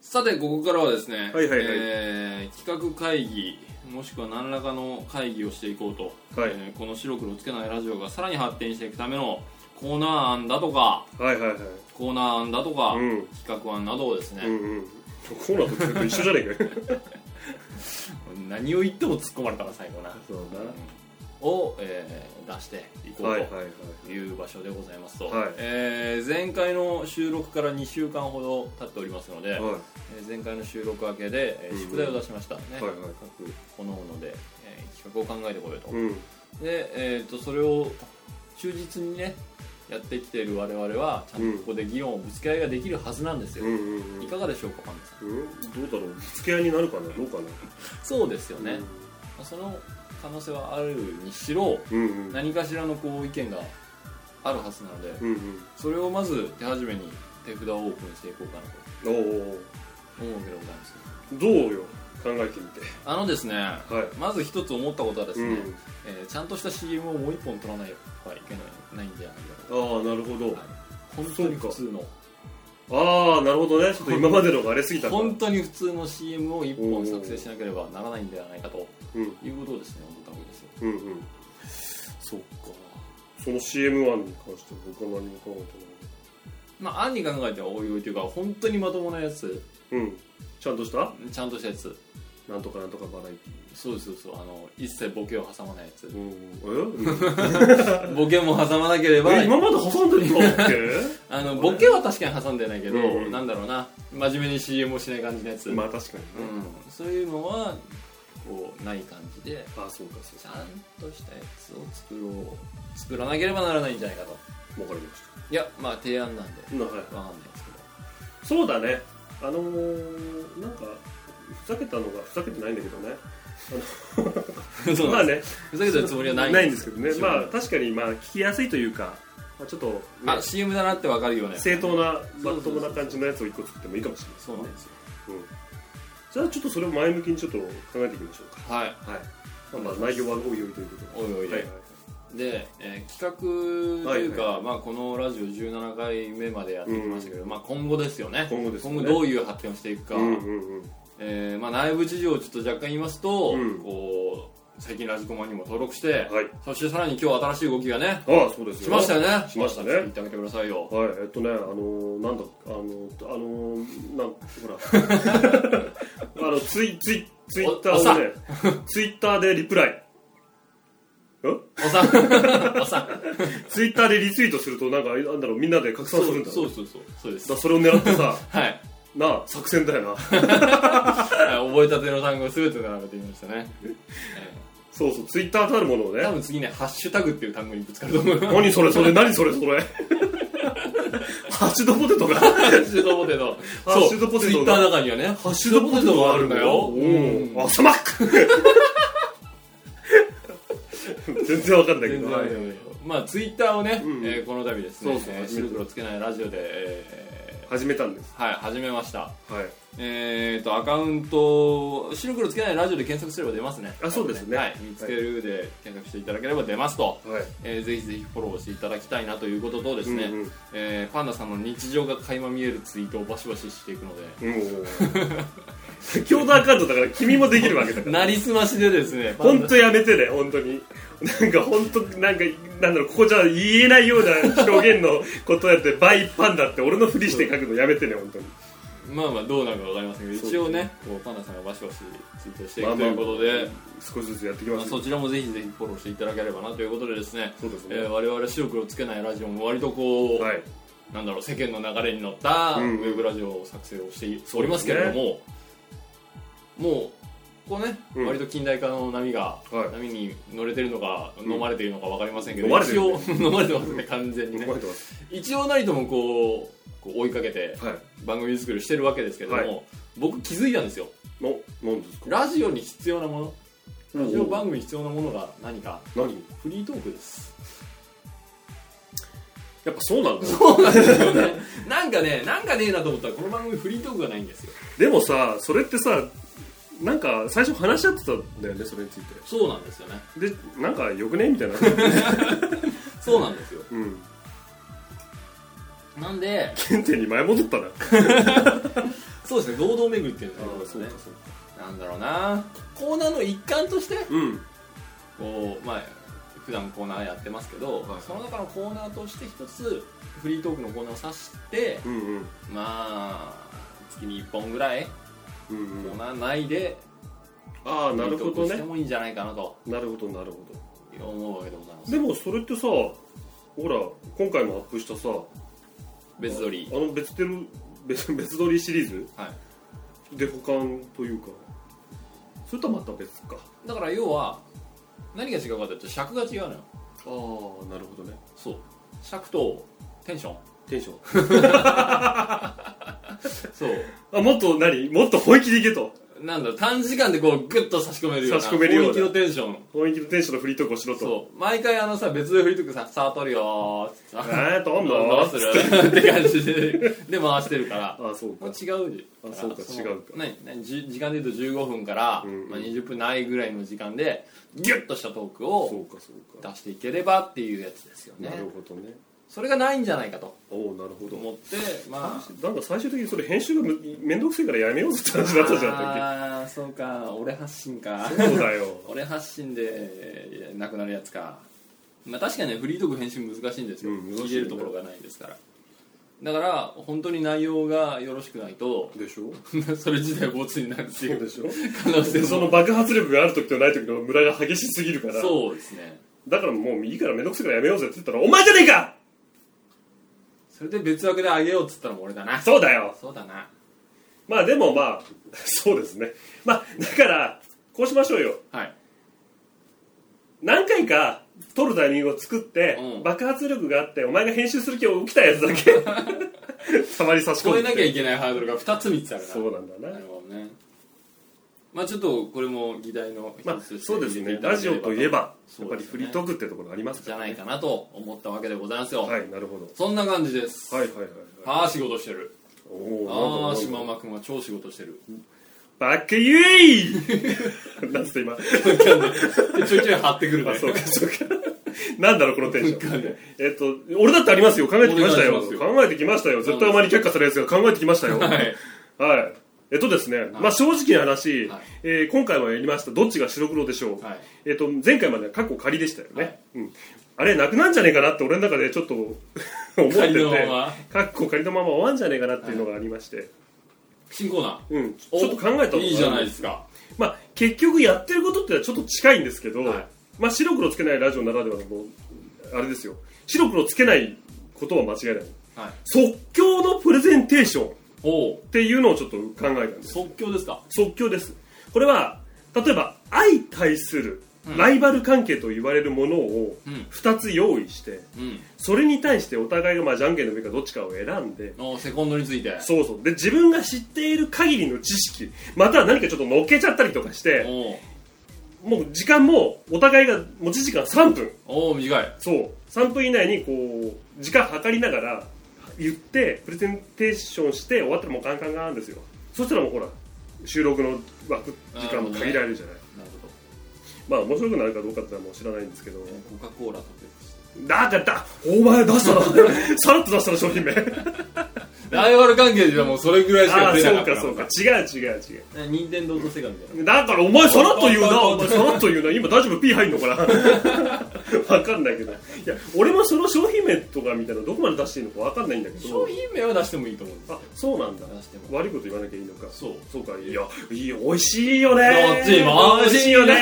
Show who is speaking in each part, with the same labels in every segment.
Speaker 1: さてここからはですね、
Speaker 2: はいはいはい
Speaker 1: えー企画会議もしくは何らかの会議をしていこうと、
Speaker 2: はい
Speaker 1: えーこの白黒つけないラジオがさらに発展していくためのコーナー案だとか
Speaker 2: はいはいはい
Speaker 1: コーナー案だとか、
Speaker 2: うん
Speaker 1: 企画案などをです
Speaker 2: う
Speaker 1: ね、
Speaker 2: んうんコーナーと全部一緒じゃねえかよ
Speaker 1: 何を言っても突っ込まれたら最後な、
Speaker 2: そう
Speaker 1: を、えー出していこうと、
Speaker 2: はい
Speaker 1: い
Speaker 2: はいはい
Speaker 1: いう場所でございますと、
Speaker 2: はい
Speaker 1: えー前回の収録から2週間ほど経っておりますので、
Speaker 2: はいは
Speaker 1: えー前回の収録明けで、えー
Speaker 2: うん
Speaker 1: 宿題を出しましたね、
Speaker 2: いはい
Speaker 1: 各々で、えー企画を考えてこようと、
Speaker 2: うん
Speaker 1: で、えー、とそれを忠実にねやってきている我々はちゃんとここで議論をぶつけ合いができるはずなんです
Speaker 2: う
Speaker 1: よ、
Speaker 2: んうんうん
Speaker 1: いかがでしょうかパンツ
Speaker 2: うんどうだろうぶつけ合いになるかなどうか
Speaker 1: さんそうですよ
Speaker 2: な
Speaker 1: ね、まあその可能性はあるにしろ
Speaker 2: うんうん
Speaker 1: 何かしらのこう意見があるはずなので
Speaker 2: うんうん
Speaker 1: それをまず手始めに手札をオープンしていこうかなと
Speaker 2: おお
Speaker 1: 思うわけでございます
Speaker 2: どうよ考えてみて
Speaker 1: あのですね
Speaker 2: はい
Speaker 1: まず一つ思ったことはですね、
Speaker 2: うん
Speaker 1: えーちゃんとした CM をもう一本取らないとはいけないないんであの
Speaker 2: ああなるほど
Speaker 1: 本当に普通の
Speaker 2: ああなるほどねちょっと今までのが荒れすぎたか
Speaker 1: 本当に普通の CM を1本作成しなければならないんではないかと
Speaker 2: うん
Speaker 1: いうことをですね思ったわけですよ
Speaker 2: うんうん
Speaker 1: そっか
Speaker 2: その CM 案に関して僕は何も考
Speaker 1: まあ案に考えてはおいおいというか本当にまともなやつ
Speaker 2: えてないうんちゃんとした
Speaker 1: ちゃんとしたやつ
Speaker 2: なんとかなんとかバラエテ
Speaker 1: そうですそうですあの一切ボケを挟まないやつ
Speaker 2: ィうんえ、
Speaker 1: ボケも挟まなければ
Speaker 2: え今まで挟んで るんだっ
Speaker 1: あのボケは確かに挟んでないけど、
Speaker 2: うんうん
Speaker 1: なんだろうな真面目に CM をしない感じのや つ、
Speaker 2: けまあ確か
Speaker 1: う
Speaker 2: に
Speaker 1: ん、
Speaker 2: ね、
Speaker 1: そういうのはこうない感じで
Speaker 2: ああそうかそう
Speaker 1: ちゃんとしたやつを作ろう作らなければならないんじゃないかと
Speaker 2: かわかりまし
Speaker 1: いやまあ提案なんで
Speaker 2: た、うんはい
Speaker 1: わかんないですけど
Speaker 2: そうだねあのー、なんかふざけたのがふざけてないんだけどね
Speaker 1: そう
Speaker 2: ま
Speaker 1: な
Speaker 2: あ
Speaker 1: んです
Speaker 2: ね
Speaker 1: ふざけてるつもりはない
Speaker 2: んですけどねまあ確かにまあ聞きやすいというか、まあ、ちょっと、ね、
Speaker 1: あ CM だなってわかるよね
Speaker 2: 正当な
Speaker 1: そ
Speaker 2: ま
Speaker 1: うそう
Speaker 2: と
Speaker 1: そう
Speaker 2: もな感じのやつを一個作ってもいいかもしれない
Speaker 1: そうなんですよ
Speaker 2: うんじゃあちょっとそれを前向きにちょっと考えていきましょう
Speaker 1: はい
Speaker 2: かはいまあ、まあ内容はおいおいということで
Speaker 1: おいおいで、
Speaker 2: はいはい
Speaker 1: で、えー企画というか、まあ、このラジオ17回目までやってきましたけど、まあ、今後ですよね
Speaker 2: 今後ですね
Speaker 1: 今後どういう発展をしていくか、
Speaker 2: うんうんうん
Speaker 1: えーまあ、内部事情をちょっと若干言いますと、
Speaker 2: うん
Speaker 1: こう最近ラジコマにも登録して、
Speaker 2: はい
Speaker 1: そしてさらに今日新しい動きがね
Speaker 2: ああそうですよ
Speaker 1: しましたよね
Speaker 2: しましたね
Speaker 1: 言ってあげてくださいよ
Speaker 2: はいえっとねあのー、なんだあのー、あのー、なんほら あのツイツイツイッターでねツイッターでリプライ
Speaker 1: おさ んおさん
Speaker 2: ツイッターでリツイートするとなんかあれなんだろうみんなで拡散するんだ
Speaker 1: そう
Speaker 2: ろ
Speaker 1: そうそうそうです
Speaker 2: だそれを狙ってさ
Speaker 1: はい
Speaker 2: なあ作戦だよな
Speaker 1: はい 覚えたての単語すべて並べてみましたね、
Speaker 2: そうそうツイッターたるものを
Speaker 1: えー多
Speaker 2: ね
Speaker 1: 分次ね「ハッシュタグ」っていう単語にぶつかると思う
Speaker 2: 何それそれ何それそれ ハッシュドポテトが
Speaker 1: ハッシュドポテト
Speaker 2: ハッシュドポテ
Speaker 1: ツイ
Speaker 2: ト
Speaker 1: ッター
Speaker 2: が
Speaker 1: の中にはねハッシュドポテトがあるんだよ
Speaker 2: お
Speaker 1: うん
Speaker 2: ーあ、スマック全然わかんないけ
Speaker 1: 全
Speaker 2: ど。
Speaker 1: 然
Speaker 2: はい
Speaker 1: まあツイッターをね、
Speaker 2: うん
Speaker 1: えーこの度ですね
Speaker 2: そうそう
Speaker 1: えー白黒つけないラジオで、え
Speaker 2: 始めたんです。
Speaker 1: ーはい始めました
Speaker 2: はい。
Speaker 1: えー、とアカウントを白黒つけないラジオで検索すれば出ますね
Speaker 2: あそうですね
Speaker 1: はい、見つけるで検索していただければ出ますと、
Speaker 2: はい。
Speaker 1: えーぜひぜひフォローしていただきたいなということとですね、
Speaker 2: うんうん
Speaker 1: えーパンダさんの日常が垣間見えるツイートをバシバシしていくので
Speaker 2: もう、共同アカウントだから君もできるわけだから。
Speaker 1: なりすましでですねパン
Speaker 2: 本
Speaker 1: ダ
Speaker 2: 当やめてね、本当に。なんか本当、なんか、なんだろう、ここじゃ言えないような表現のことやって、バイパンダって俺のふりして書くのやめてね、本当に。
Speaker 1: まあまあどうなるかわかりませんけど
Speaker 2: そう
Speaker 1: 一応ねこうパンダさんがバシバシツイートしてい
Speaker 2: ま
Speaker 1: く
Speaker 2: あ
Speaker 1: と
Speaker 2: まあ
Speaker 1: いうことで、
Speaker 2: 少しずつやってきま
Speaker 1: まあ
Speaker 2: す。
Speaker 1: そちらもぜひぜひフォローしていただければなということでですね
Speaker 2: そうですね
Speaker 1: えー我々白黒つけないラジオも割とこう、
Speaker 2: はい。
Speaker 1: なんだろう世間の流れに乗ったウ
Speaker 2: うん
Speaker 1: ェブラジオを作成をしておりますけれども、もうこうね、
Speaker 2: うん
Speaker 1: 割と近代化の波が、
Speaker 2: はい
Speaker 1: 波に乗れてるのか
Speaker 2: ん
Speaker 1: 飲まれているのか分かりませんけど、
Speaker 2: 飲まれて
Speaker 1: 一
Speaker 2: る
Speaker 1: 応飲まれてますね完全にね
Speaker 2: 覚えてます。
Speaker 1: 一応なりともこうこう追いかけて
Speaker 2: はい。
Speaker 1: 番組作りしてるわけですけども、
Speaker 2: はい
Speaker 1: 僕気づいたんですよ
Speaker 2: の、何ですか
Speaker 1: ラジオに必要なものラジオ番組に必要なものが何か
Speaker 2: 何
Speaker 1: フリートーク です
Speaker 2: やっぱそうなんだよ
Speaker 1: そうなんですよねなんかねなんかねえなと思ったらこの番組フリートークがないんですよ
Speaker 2: でもさそれってさなんか最初話し合ってたんだよねそれについて
Speaker 1: そうなんですよね
Speaker 2: でなんかよくねみ たいな
Speaker 1: そうなんですよ
Speaker 2: うん
Speaker 1: なんで
Speaker 2: 原点に前戻ったな
Speaker 1: そうですね堂々巡りっていうのがあります
Speaker 2: そう
Speaker 1: ね
Speaker 2: かそうか
Speaker 1: なんだろうなコーナーの一環として
Speaker 2: うん
Speaker 1: こうまあ普段コーナーやってますけど、
Speaker 2: はい
Speaker 1: その中のコーナーとして一つフリートークのコーナーを指して
Speaker 2: うんうん
Speaker 1: まあ月に1本ぐらい
Speaker 2: うん
Speaker 1: コ
Speaker 2: う
Speaker 1: ー
Speaker 2: ん
Speaker 1: ナー内で
Speaker 2: ああな
Speaker 1: フ
Speaker 2: るほ
Speaker 1: リートーク
Speaker 2: ど
Speaker 1: して
Speaker 2: ね
Speaker 1: もいいんじゃないかなと
Speaker 2: なるほどなるほど
Speaker 1: 思うわけでございます
Speaker 2: でもそれってさほら今回もアップしたさ
Speaker 1: 別撮り
Speaker 2: あの別テロ別別撮りシリーズ
Speaker 1: はい
Speaker 2: で保管というかそれとはまた別か
Speaker 1: だから要は何が違うかというと尺が違うのよ
Speaker 2: ああなるほどね
Speaker 1: そう尺とテン ション
Speaker 2: テンション
Speaker 1: そう
Speaker 2: あもっと何もっと本気でいけと
Speaker 1: なんだろう短時間でこうグッと差し込めるような
Speaker 2: 差し込めるような
Speaker 1: 本気のテンション
Speaker 2: 本気のテンションのフリートークをしろと
Speaker 1: そう毎回あのさ別で振りとくささあ取るよーっつって
Speaker 2: えーとん の
Speaker 1: どうするって感じでで回してるから
Speaker 2: あそう
Speaker 1: もう
Speaker 2: か
Speaker 1: 違うじ
Speaker 2: あそうか
Speaker 1: の
Speaker 2: 違うか
Speaker 1: 何何じ時間で言うと15分から、
Speaker 2: うん
Speaker 1: まあ、20分ないぐらいの時間でギュッとしたトーク
Speaker 2: そ
Speaker 1: を
Speaker 2: うかそうか
Speaker 1: 出していければっていうやつですよね
Speaker 2: なるほどね
Speaker 1: それがないんじゃないかと
Speaker 2: おおなるほど
Speaker 1: 思ってまあ
Speaker 2: なんか最終的にそれ編集がむめんどくせえからやめようぜって話になったじゃんだっ
Speaker 1: ああーそうか俺発信か
Speaker 2: けそうだよ
Speaker 1: 俺発信でなくなるやつか、まあ、確かにねフリートーク編集難しいんですよ、
Speaker 2: うん難しいね
Speaker 1: 聞けるところがないですからだから本当に内容がよろしくないと
Speaker 2: でしょ
Speaker 1: それ自体ボツになるってい
Speaker 2: そう
Speaker 1: う
Speaker 2: でしょ
Speaker 1: 可能性
Speaker 2: でその爆発力がある時とない時のムラが激しすぎるから
Speaker 1: そうですね
Speaker 2: だからもういいからめんどくせえからやめようぜって言ったらお前じゃねえか
Speaker 1: それで別枠であげようっつったのも俺だな
Speaker 2: そうだよ
Speaker 1: そうだな
Speaker 2: まあでもまあそうですねまあだからこうしましょうよ
Speaker 1: はい
Speaker 2: 何回か撮るタイミングを作って、
Speaker 1: うん
Speaker 2: 爆発力があってお前が編集する気を起きたやつ だけたまに差し込ん
Speaker 1: 超
Speaker 2: で
Speaker 1: えなきゃいけないハードルが2つ3つあるな
Speaker 2: そうなんだな
Speaker 1: なるほどねまあちょっとこれも議題の
Speaker 2: まあ
Speaker 1: 一つとして
Speaker 2: そうです
Speaker 1: 入
Speaker 2: ね
Speaker 1: れていただけ
Speaker 2: ラジ
Speaker 1: れば
Speaker 2: オといえば
Speaker 1: そ
Speaker 2: やっ
Speaker 1: う
Speaker 2: ぱ
Speaker 1: ですね
Speaker 2: りフリートークってところあります
Speaker 1: じ
Speaker 2: か
Speaker 1: ゃ
Speaker 2: ら、
Speaker 1: ないかなと思ったわけでございますよ、
Speaker 2: はいなるほど
Speaker 1: そんな感じです
Speaker 2: はいはいはいはい
Speaker 1: ああ仕事してる
Speaker 2: お
Speaker 1: ああ
Speaker 2: ー
Speaker 1: 島間君は超仕事してる
Speaker 2: バックユーイ なんつって今
Speaker 1: ちょいちょい張ってくるね
Speaker 2: あそうかそうかなんだろうこのテンシ
Speaker 1: わかん
Speaker 2: ョ
Speaker 1: な
Speaker 2: ン
Speaker 1: い
Speaker 2: えっと俺だってありますよ考えてきましたよ
Speaker 1: お願いします
Speaker 2: 考えてきましたよ絶対あまり却下されるやつが考えてきましたよ
Speaker 1: は
Speaker 2: はいえっとですね、まあ正直な話、
Speaker 1: はい
Speaker 2: えー今回もやりましたどっちが白黒でしょう、
Speaker 1: はい
Speaker 2: えっと前回までは過去仮でしたよね、
Speaker 1: はい
Speaker 2: うん、あれなくなんじゃねえかなって俺の中でちょっと 思ってて
Speaker 1: 仮のまま
Speaker 2: 過去仮のまま終わんじゃねえかなっていうのがありまして、
Speaker 1: 新コーナー
Speaker 2: うん、ちょっと考えたのがある
Speaker 1: お
Speaker 2: ん
Speaker 1: いいじゃないですか
Speaker 2: まあ、結局やってることってのはちょっと近いんですけど、
Speaker 1: はい
Speaker 2: まあ、白黒つけないラジオならではのもうあれですよ白黒つけないことは間違いない
Speaker 1: はい
Speaker 2: 即興のプレゼンテーションっ
Speaker 1: おお
Speaker 2: ていうのをちょっと考えたんです
Speaker 1: 即興ですか
Speaker 2: 即興ですこれは例えば相対する
Speaker 1: うん
Speaker 2: ライバル関係と言われるものを
Speaker 1: うん
Speaker 2: 2つ用意して
Speaker 1: うん
Speaker 2: それに対してお互いがまあじゃんけんの上かどっちかを選んで
Speaker 1: おセコンドについて
Speaker 2: そうそうで自分が知っている限りの知識または何かちょっとのっけちゃったりとかして
Speaker 1: おう
Speaker 2: もう時間もお互いが持ち時間3分
Speaker 1: おう短い
Speaker 2: そう3分以内にこう時間計りながら言ってプレゼンテーションして終わったらもうカンカンカンですよそしたらもうほら収録の枠時間も限られるじゃない、
Speaker 1: なるほど
Speaker 2: まあ面白くなるかどうかってのはもう知らないんですけど
Speaker 1: コカ・コーラとペプシ
Speaker 2: だからだお前出したな さらっと出したな商品名
Speaker 1: ライバル関係ではもうそれぐらいし
Speaker 2: あ
Speaker 1: か
Speaker 2: あ
Speaker 1: 出
Speaker 2: そ
Speaker 1: な
Speaker 2: う
Speaker 1: かっ
Speaker 2: か
Speaker 1: た
Speaker 2: そうか違う違う違
Speaker 1: ね
Speaker 2: う
Speaker 1: 任天堂とセガみたいな
Speaker 2: だからお前さらっと言うなお前さらっと言うな今大丈夫 P 入んのかな わかんないけどいや俺もその商品名とかみたいなどこまで出していいのかわかんないんだけど
Speaker 1: 商品名は出してもいいと思うんです
Speaker 2: あ
Speaker 1: よ
Speaker 2: そうなんだ
Speaker 1: 出しても
Speaker 2: 悪いこと言わなきゃいいのか
Speaker 1: そう
Speaker 2: そうかいやいい美味しいよね
Speaker 1: どっちも美味しいよね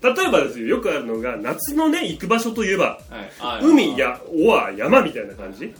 Speaker 2: 例えばですよよくあるのが夏のね行く場所といえば
Speaker 1: はいあ
Speaker 2: 海やおは山みたいな感じ、ね、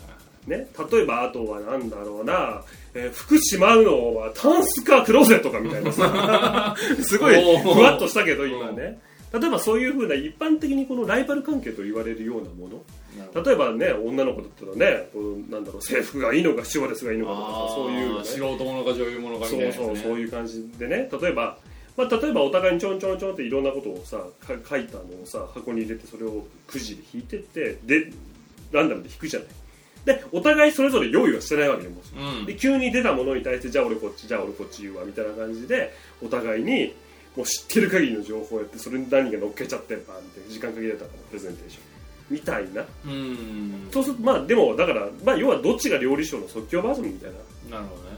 Speaker 2: 例えばあとはなんだろうな、えー福島のはタンスかクローゼットかみたいな さすごい
Speaker 1: おー
Speaker 2: ふわっとしたけど今ね例えばそういうふうな一般的にこのライバル関係と言われるようなもの
Speaker 1: なるほど
Speaker 2: 例えばね女の子だったらねこうなんだろう制服がいいのかシワレスがいいのかとか
Speaker 1: あ
Speaker 2: さ
Speaker 1: あ
Speaker 2: そういう、ね、
Speaker 1: 素人ものか女優ものかみたいな
Speaker 2: そう
Speaker 1: やつね
Speaker 2: そうそういう感じでね例えば、まあ、例えばお互いにちょんちょんちょんっていろんなことをさか書いたのをさ箱に入れてそれをくじで引いてってでランダムで引くじゃないでお互いそれぞれ用意はしてないわけでもちろん
Speaker 1: うん
Speaker 2: で急に出たものに対してじゃあ俺こっちじゃあ俺こっち言うわみたいな感じでお互いにもう知ってる限りの情報をやってそれに何が乗っけちゃってバンって時間限られたからプレゼンテーションみたいな
Speaker 1: うん
Speaker 2: そうするとまあでもだから、まあ、要はどっちが料理賞の即興バージョンみたいな
Speaker 1: なるほどね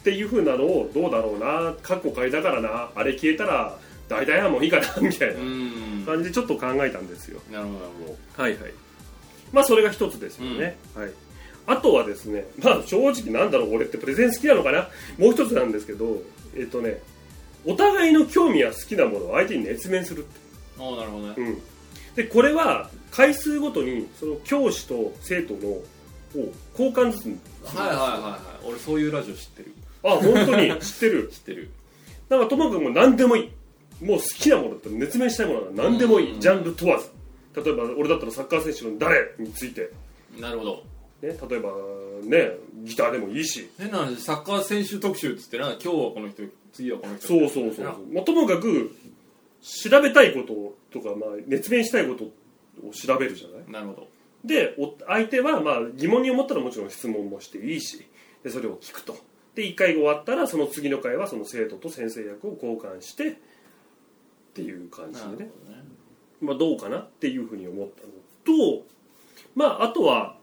Speaker 2: っていう風なのをどうだろうなかっこ変えだからなあれ消えたら大体はもういいかなみたいな
Speaker 1: うんなる
Speaker 2: 感じでちょっと考えたんですよ
Speaker 1: ほどなるほ
Speaker 2: はいはいまあそれが一つですよね、はいあとはですねまあ正直なんだろう俺ってプレゼン好きなのかなもう一つなんですけどえっとねお互いの興味や好きなものを相手に熱弁する
Speaker 1: どああなるほどね
Speaker 2: うん、でこれは回数ごとにその教師と生徒のを交換ずつ
Speaker 1: はいはいはいはい俺そういうラジオ知ってる
Speaker 2: あ本当に知ってる
Speaker 1: 知ってる
Speaker 2: なんかともかくもう何でもいいもう好きなものだったら熱弁したいものは何でもいい、
Speaker 1: うん
Speaker 2: ジャンル問わず例えば俺だったらサッカー選手の誰について、ね、
Speaker 1: なるほど
Speaker 2: 例えばねギターでもいいし
Speaker 1: 変な話サッカー選手特集っつってな今日はこの人次はこの人
Speaker 2: そうそうそうそう、まあ、ともかく調べたいこととか、まあ、熱弁したいことを調べるじゃな
Speaker 1: な
Speaker 2: い
Speaker 1: るほど
Speaker 2: でお相手はまあ疑問に思ったらもちろん質問もしていいしでそれを聞くとで1回終わったらその次の回はその生徒と先生役を交換してっていう感じ
Speaker 1: なるほ
Speaker 2: で
Speaker 1: ど
Speaker 2: ね
Speaker 1: ね
Speaker 2: まあ、どうかなっていうふうに思ったのと、まあ、あとは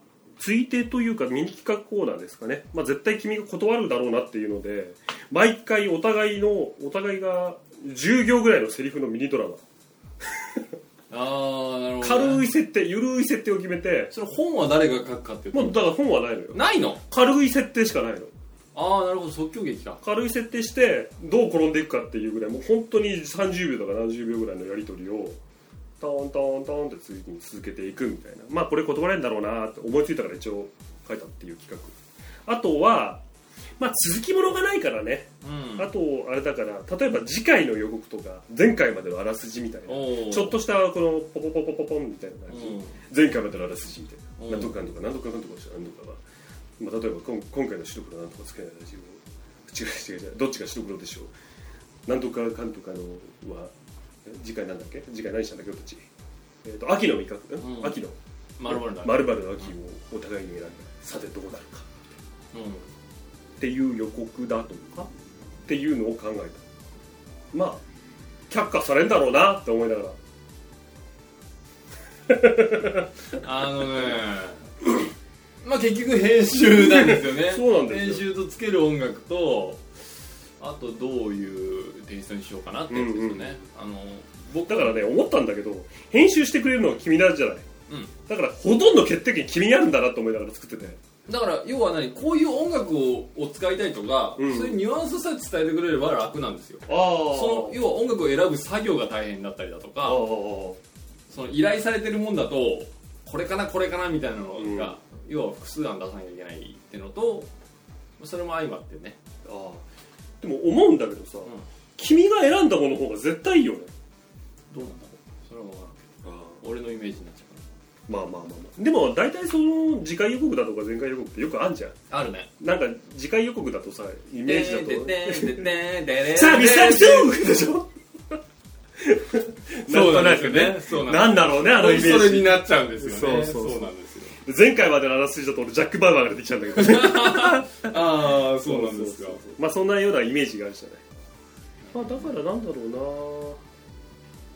Speaker 2: 推定というかミニ企画コーナーですかね、まあ、絶対君が断るだろうなっていうので毎回お互いのお互いが10行ぐらいのセリフのミニドラマ
Speaker 1: ああなるほどね、
Speaker 2: 軽い設定緩い設定を決めて
Speaker 1: それ本は誰が書くかっていうと
Speaker 2: もうだから本はないのよ
Speaker 1: ないの
Speaker 2: 軽い設定しかないの
Speaker 1: ああなるほど即興劇か
Speaker 2: 軽い設定してどう転んでいくかっていうぐらいもう本当に30秒とか70秒ぐらいのやり取りをトーントーントーンって続きに続けていくみたいなまあこれ断れるんだろうなって思いついたから一応書いたっていう企画あとはまあ続きものがないからね、
Speaker 1: うん
Speaker 2: あとあれだから例えば次回の予告とか前回までのあらすじみたいな
Speaker 1: おお
Speaker 2: ちょっとしたこのポポポポポポンみたいな感じ、
Speaker 1: うん
Speaker 2: 前回までのあらすじみたいな、
Speaker 1: うん
Speaker 2: なんとかなんとかなんとかなんとかなんとかは、まあ、例えばこん今回の白黒なんとかつけないラジオ違う違う違うどっちが白黒でしょうなんとかかんとかのはえ次回なんだっけ次回何したんだっけ俺たち、えー、と秋の味覚、ん
Speaker 1: うん
Speaker 2: 秋の
Speaker 1: まるまるだ
Speaker 2: 丸々の秋をお互いに選んでさてどうなるか
Speaker 1: う
Speaker 2: っていう予告だとかっていうのを考えたまあ却下されんだろうなって思いながら
Speaker 1: んあのね まあ結局編集なんですよね
Speaker 2: そうなんですよ
Speaker 1: 編集とつける音楽とあとどういうテイストにしようかなってやつですよね、あの僕
Speaker 2: だからね思ったんだけど編集してくれるのは君なんじゃない、
Speaker 1: うん
Speaker 2: だからほとんど決定権君にあるんだなと思いながら作ってて
Speaker 1: だから要は何こういう音楽をを使いたいとか、
Speaker 2: うん
Speaker 1: そういうニュアンスさえ伝えてくれれば楽なんですよ
Speaker 2: ああ
Speaker 1: その要は音楽を選ぶ作業が大変だったりだと
Speaker 2: ああ
Speaker 1: かその依頼されてるもんだとこれかなこれかなみたいなのが、要は複数案出さなきゃいけないってのとそれも相まってね
Speaker 2: あでも思うんだけどさ、
Speaker 1: ん
Speaker 2: 君が選んだものの方が絶対いいよね
Speaker 1: どうなんだろうそれは分からんけど俺のイメージになっちゃ
Speaker 2: まあまあまあまあでも大体その次回予告だとか前回予告ってよくあんじゃん
Speaker 1: うからあるね
Speaker 2: なんか次回予告だとさイメージだと「
Speaker 1: と
Speaker 2: さあミスターミスターでしょ
Speaker 1: そうなんですよねそ
Speaker 2: なんとなく
Speaker 1: うなんです
Speaker 2: なんだろうねあのイメ
Speaker 1: それ
Speaker 2: ー
Speaker 1: に
Speaker 2: ジ
Speaker 1: なっちゃうんですよね
Speaker 2: そうそうそう
Speaker 1: なんですよ
Speaker 2: 前回までのあらすじだと俺ジャック・バウアーが出てきたんだけど
Speaker 1: ああそうなんですか
Speaker 2: そうそうそうまあそんなようなイメージがあるじゃないまあだからなんだろうな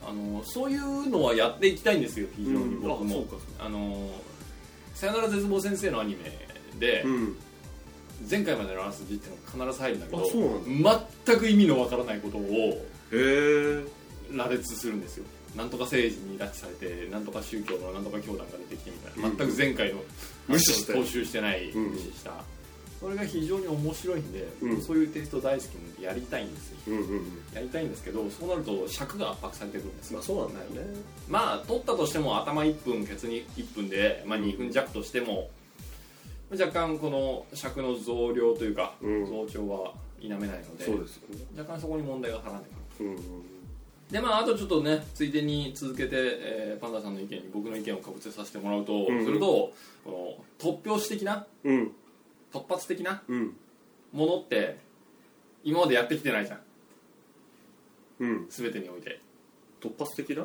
Speaker 1: あのそういうのはやっていきたいんですよ非常に
Speaker 2: うん
Speaker 1: 僕
Speaker 2: あそ
Speaker 1: も
Speaker 2: うかそう
Speaker 1: あのさよなら絶望先生のアニメで
Speaker 2: うん
Speaker 1: 前回までのあらすじっていうのが必ず入るんだけ
Speaker 2: あそう
Speaker 1: ど全く意味のわからないことを
Speaker 2: へえ
Speaker 1: 羅列するんですよなんとか政治に拉致されてなんとか宗教のなんとか教団が出てきてみたいな
Speaker 2: うん
Speaker 1: 全く前回の
Speaker 2: 無視して
Speaker 1: 踏襲してない
Speaker 2: うん
Speaker 1: 無視したそれが非常に面白いんで
Speaker 2: うん
Speaker 1: そういうテイスト大好きなんでやりたいんですよ
Speaker 2: うんうんうん
Speaker 1: やりたいんですけどそうなると尺が圧迫されてくるんですよ
Speaker 2: まあそうなんだよね
Speaker 1: まあ取ったとしても頭1分ケツに1分で、まあ、2分弱としても若干この尺の増量というか、
Speaker 2: うん
Speaker 1: 増長は否めないので
Speaker 2: そうですよね
Speaker 1: 若干そこに問題がはらんでくる
Speaker 2: うんうん
Speaker 1: でまああとちょっとねついでに続けて、えーパンダさんの意見に僕の意見をかぶせさせてもらうと、
Speaker 2: うんうん
Speaker 1: するとこの突拍子的な
Speaker 2: うん
Speaker 1: 突発的な
Speaker 2: うん
Speaker 1: ものって今までやってきてないじゃん
Speaker 2: うん
Speaker 1: 全てにおいて
Speaker 2: 突発的な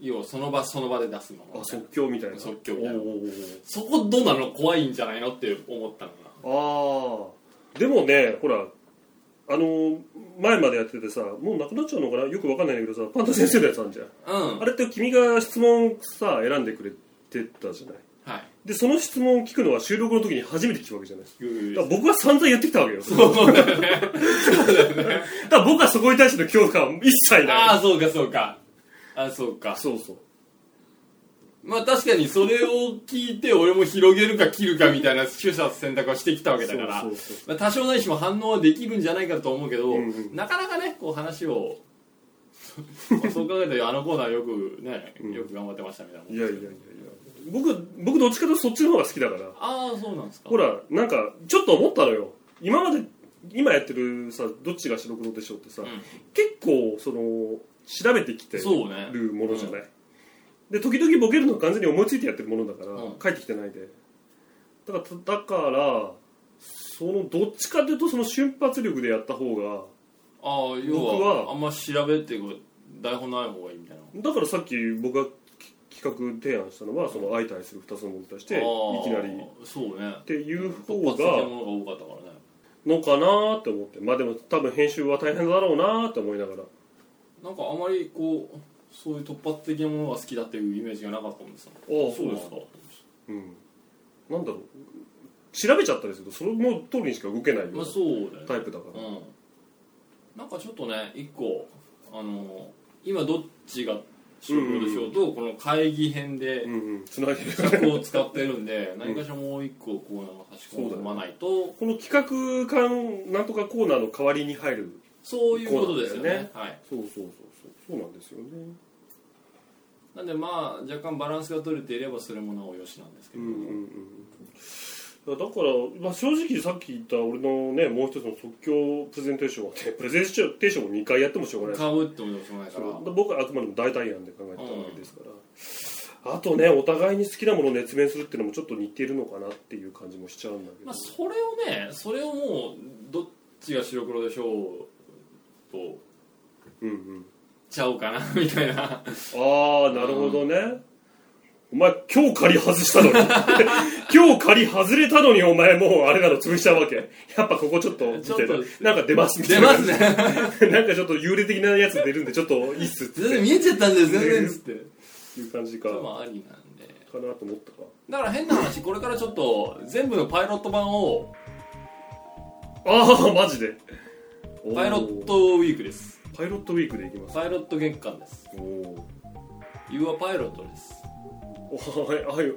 Speaker 1: 要はその場その場で出すもの
Speaker 2: あ即興みたいな
Speaker 1: 即興みたいな
Speaker 2: おうおう
Speaker 1: そこどうなの怖いんじゃないのって思ったのが
Speaker 2: おうああでもねほらあのー前までやっててさもうなくなっちゃうのかなよくわかんないんだけどさパンタ先生のやつあんじゃん
Speaker 1: うん
Speaker 2: あれって君が質問さ選んでくれてたじゃない
Speaker 1: はい
Speaker 2: でその質問を聞くのは収録の時に初めて聞くわけじゃないだから
Speaker 1: う
Speaker 2: 僕は散々やってきたわけ よ
Speaker 1: そうだよね
Speaker 2: だから僕はそこに対しての恐怖感は一切な
Speaker 1: あ
Speaker 2: い
Speaker 1: あそうかそうかあそうか
Speaker 2: そうそう
Speaker 1: まあ確かにそれを聞いて俺も広げるか切るかみたいな取捨選択はしてきたわけだから
Speaker 2: そうそうそ
Speaker 1: まあ、多少なりしも反応はできるんじゃないかと思うけど、
Speaker 2: うんうん
Speaker 1: なかなかねこう話 をまあそう考えたらあのコーナーよくね
Speaker 2: うん
Speaker 1: よく頑張ってましたみたいなもん
Speaker 2: いやいやいやいや僕僕どっちかというとそっちの方が好きだから
Speaker 1: ああそうなんですか
Speaker 2: ほらなんかちょっと思ったのよ今まで今やってるさどっちが白黒でしょうってさ、
Speaker 1: うん
Speaker 2: 結構その調べてきて
Speaker 1: そうね
Speaker 2: るものじゃない、で時々ボケるのは完全に思いついてやってるものだから、
Speaker 1: うん
Speaker 2: 帰ってきてないでだからだからそのどっちかというとその瞬発力でやった方が
Speaker 1: ああ要
Speaker 2: 僕
Speaker 1: は
Speaker 2: は
Speaker 1: あんま調べてこう台本ない方がいいみたいな
Speaker 2: だからさっき僕がき企画提案したのはその相対する2つのものに対し
Speaker 1: あ
Speaker 2: てい
Speaker 1: ー
Speaker 2: きなりっ
Speaker 1: そうね
Speaker 2: ていう方
Speaker 1: 突発的な
Speaker 2: が
Speaker 1: ものが多かったからね
Speaker 2: のかなって思ってまあでも多分編集は大変だろうなって思いながら
Speaker 1: なんかあまりこうそういう突発的なものが好きだっていうイメージがなかったんですよ
Speaker 2: あ
Speaker 1: か
Speaker 2: うんなんだろう調べちゃったりするとその通りにしか動けないよう
Speaker 1: まあ
Speaker 2: な
Speaker 1: そうだよね
Speaker 2: タイプだから、
Speaker 1: うん、なんかちょっとね一個あの今どっちが白黒でしょうと、この会議編で
Speaker 2: うんうんつないでる
Speaker 1: 企画を使ってるんで何かしらもう一個コーナーを差し込まないと
Speaker 2: この企画館なんとかコーナーの代わりに入る
Speaker 1: そういうことですよね
Speaker 2: コーナー
Speaker 1: はい、
Speaker 2: そうそうそうそうそうなんですよね
Speaker 1: なんでまあ若干バランスが取れていればそれもなおよしなんですけ
Speaker 2: う
Speaker 1: れ
Speaker 2: ん
Speaker 1: ど
Speaker 2: う
Speaker 1: も、
Speaker 2: んうんだから、まあ、正直さっき言った俺のねもう一つの即興プレゼンテーションはねプレゼンテーションを2回やってもしょうがないし
Speaker 1: かぶってもしょうがないか
Speaker 2: そ
Speaker 1: ら
Speaker 2: う僕はあくまでも代替案で考えてたわけですから、あとねお互いに好きなものを熱弁するっていうのもちょっと似てるのかなっていう感じもしちゃうんだけど、
Speaker 1: まあ、それをねそれをもうどっちが白黒でしょうと
Speaker 2: うんうん
Speaker 1: ちゃおうかなみたいな
Speaker 2: ああなるほどね、お前今日仮外したの に今日仮外れたのにお前もうあれなの潰しちゃうわけやっぱここちょっとみ
Speaker 1: ち
Speaker 2: た
Speaker 1: ょっ
Speaker 2: い
Speaker 1: と
Speaker 2: ななんか出ますみた
Speaker 1: 出
Speaker 2: いな
Speaker 1: ますね
Speaker 2: なんかちょっと幽霊的なやつ出るんでちょっといいっすっ
Speaker 1: 全然見えちゃったんです全然っつって
Speaker 2: ていう感じ
Speaker 1: そ
Speaker 2: か
Speaker 1: れ
Speaker 2: か
Speaker 1: もありなんで
Speaker 2: なと思ったか
Speaker 1: だから変な話これからちょっと全部のパイロット版を
Speaker 2: ああマジでおー
Speaker 1: パイロットウィークです
Speaker 2: パイロットウィークでいきます
Speaker 1: パイロット月間です
Speaker 2: おお
Speaker 1: You are pilot です
Speaker 2: おはい、はい、は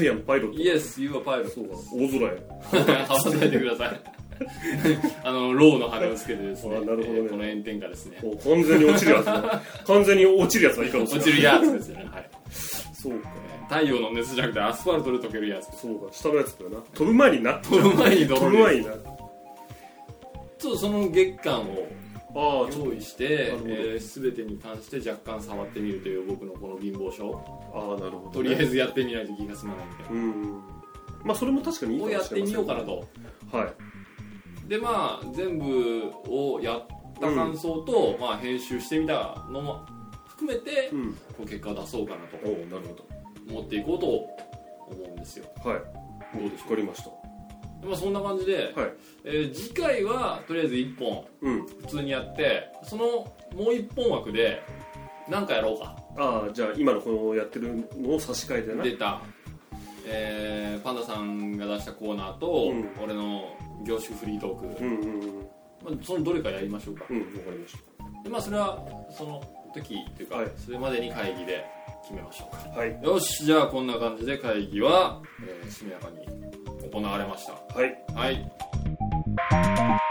Speaker 2: い、やん、パイロット。
Speaker 1: Yes, you are
Speaker 2: そうだ
Speaker 1: pilot 、
Speaker 2: 大空へ。
Speaker 1: 羽ばたいてください あのローの羽をつけてですね
Speaker 2: あなるほどね
Speaker 1: えーこの炎天下ですね
Speaker 2: もう完全に落ちるやつだ。完全に落ちるやつだ、いかもし
Speaker 1: 落
Speaker 2: れない。
Speaker 1: ちるやつですよね、はい、
Speaker 2: そうか。
Speaker 1: 太陽の熱じゃなくてアスファルトで溶けるやつ
Speaker 2: そうか、下のやつだよな。飛ぶ前にな。
Speaker 1: 飛ぶ前に
Speaker 2: 飛
Speaker 1: 泥
Speaker 2: ぶ
Speaker 1: る
Speaker 2: 前にな。あ
Speaker 1: ちょっとその月間を
Speaker 2: あ、ちょっと、
Speaker 1: 用意して
Speaker 2: なる、ほど
Speaker 1: えー、全てに関して若干触ってみるという僕のこの貧乏症
Speaker 2: ああ、なるほど、ね。
Speaker 1: とりあえ。ずやってみないと気が済まないみたい
Speaker 2: うんうん。まあ、それも確かにいい
Speaker 1: な
Speaker 2: か
Speaker 1: を
Speaker 2: もしれ
Speaker 1: やって
Speaker 2: ません
Speaker 1: みようかな。と
Speaker 2: はい。
Speaker 1: でまあ全部をやった感想と、まあ、編集してみたのも含めて
Speaker 2: うん。
Speaker 1: こう結果を出そうかなと
Speaker 2: おお、なるほ
Speaker 1: 思っていこうと思うんですよ、
Speaker 2: ど。はい。
Speaker 1: どうでしょう
Speaker 2: わかりました。
Speaker 1: でまあ、そんな感じで、
Speaker 2: はい
Speaker 1: えー次回はとりあえず1本
Speaker 2: うん。
Speaker 1: 普通にやってそのもう1本枠で何かやろうか
Speaker 2: ああ、じゃあ、今のこのやってるのを差し替えてな。
Speaker 1: 出た、えーパンダさんが出したコーナーと、
Speaker 2: うん
Speaker 1: 俺の凝縮フリートーク、
Speaker 2: うんうんうん。
Speaker 1: まあ、そのどれかやりましょうか
Speaker 2: うん、わかりまし
Speaker 1: でまあそれはその時っていうか、
Speaker 2: はい
Speaker 1: それまでに会議で決めましょうか
Speaker 2: た。はい。
Speaker 1: よしじゃあこんな感じで会議は、えー、速やかに行われました
Speaker 2: はい。
Speaker 1: はい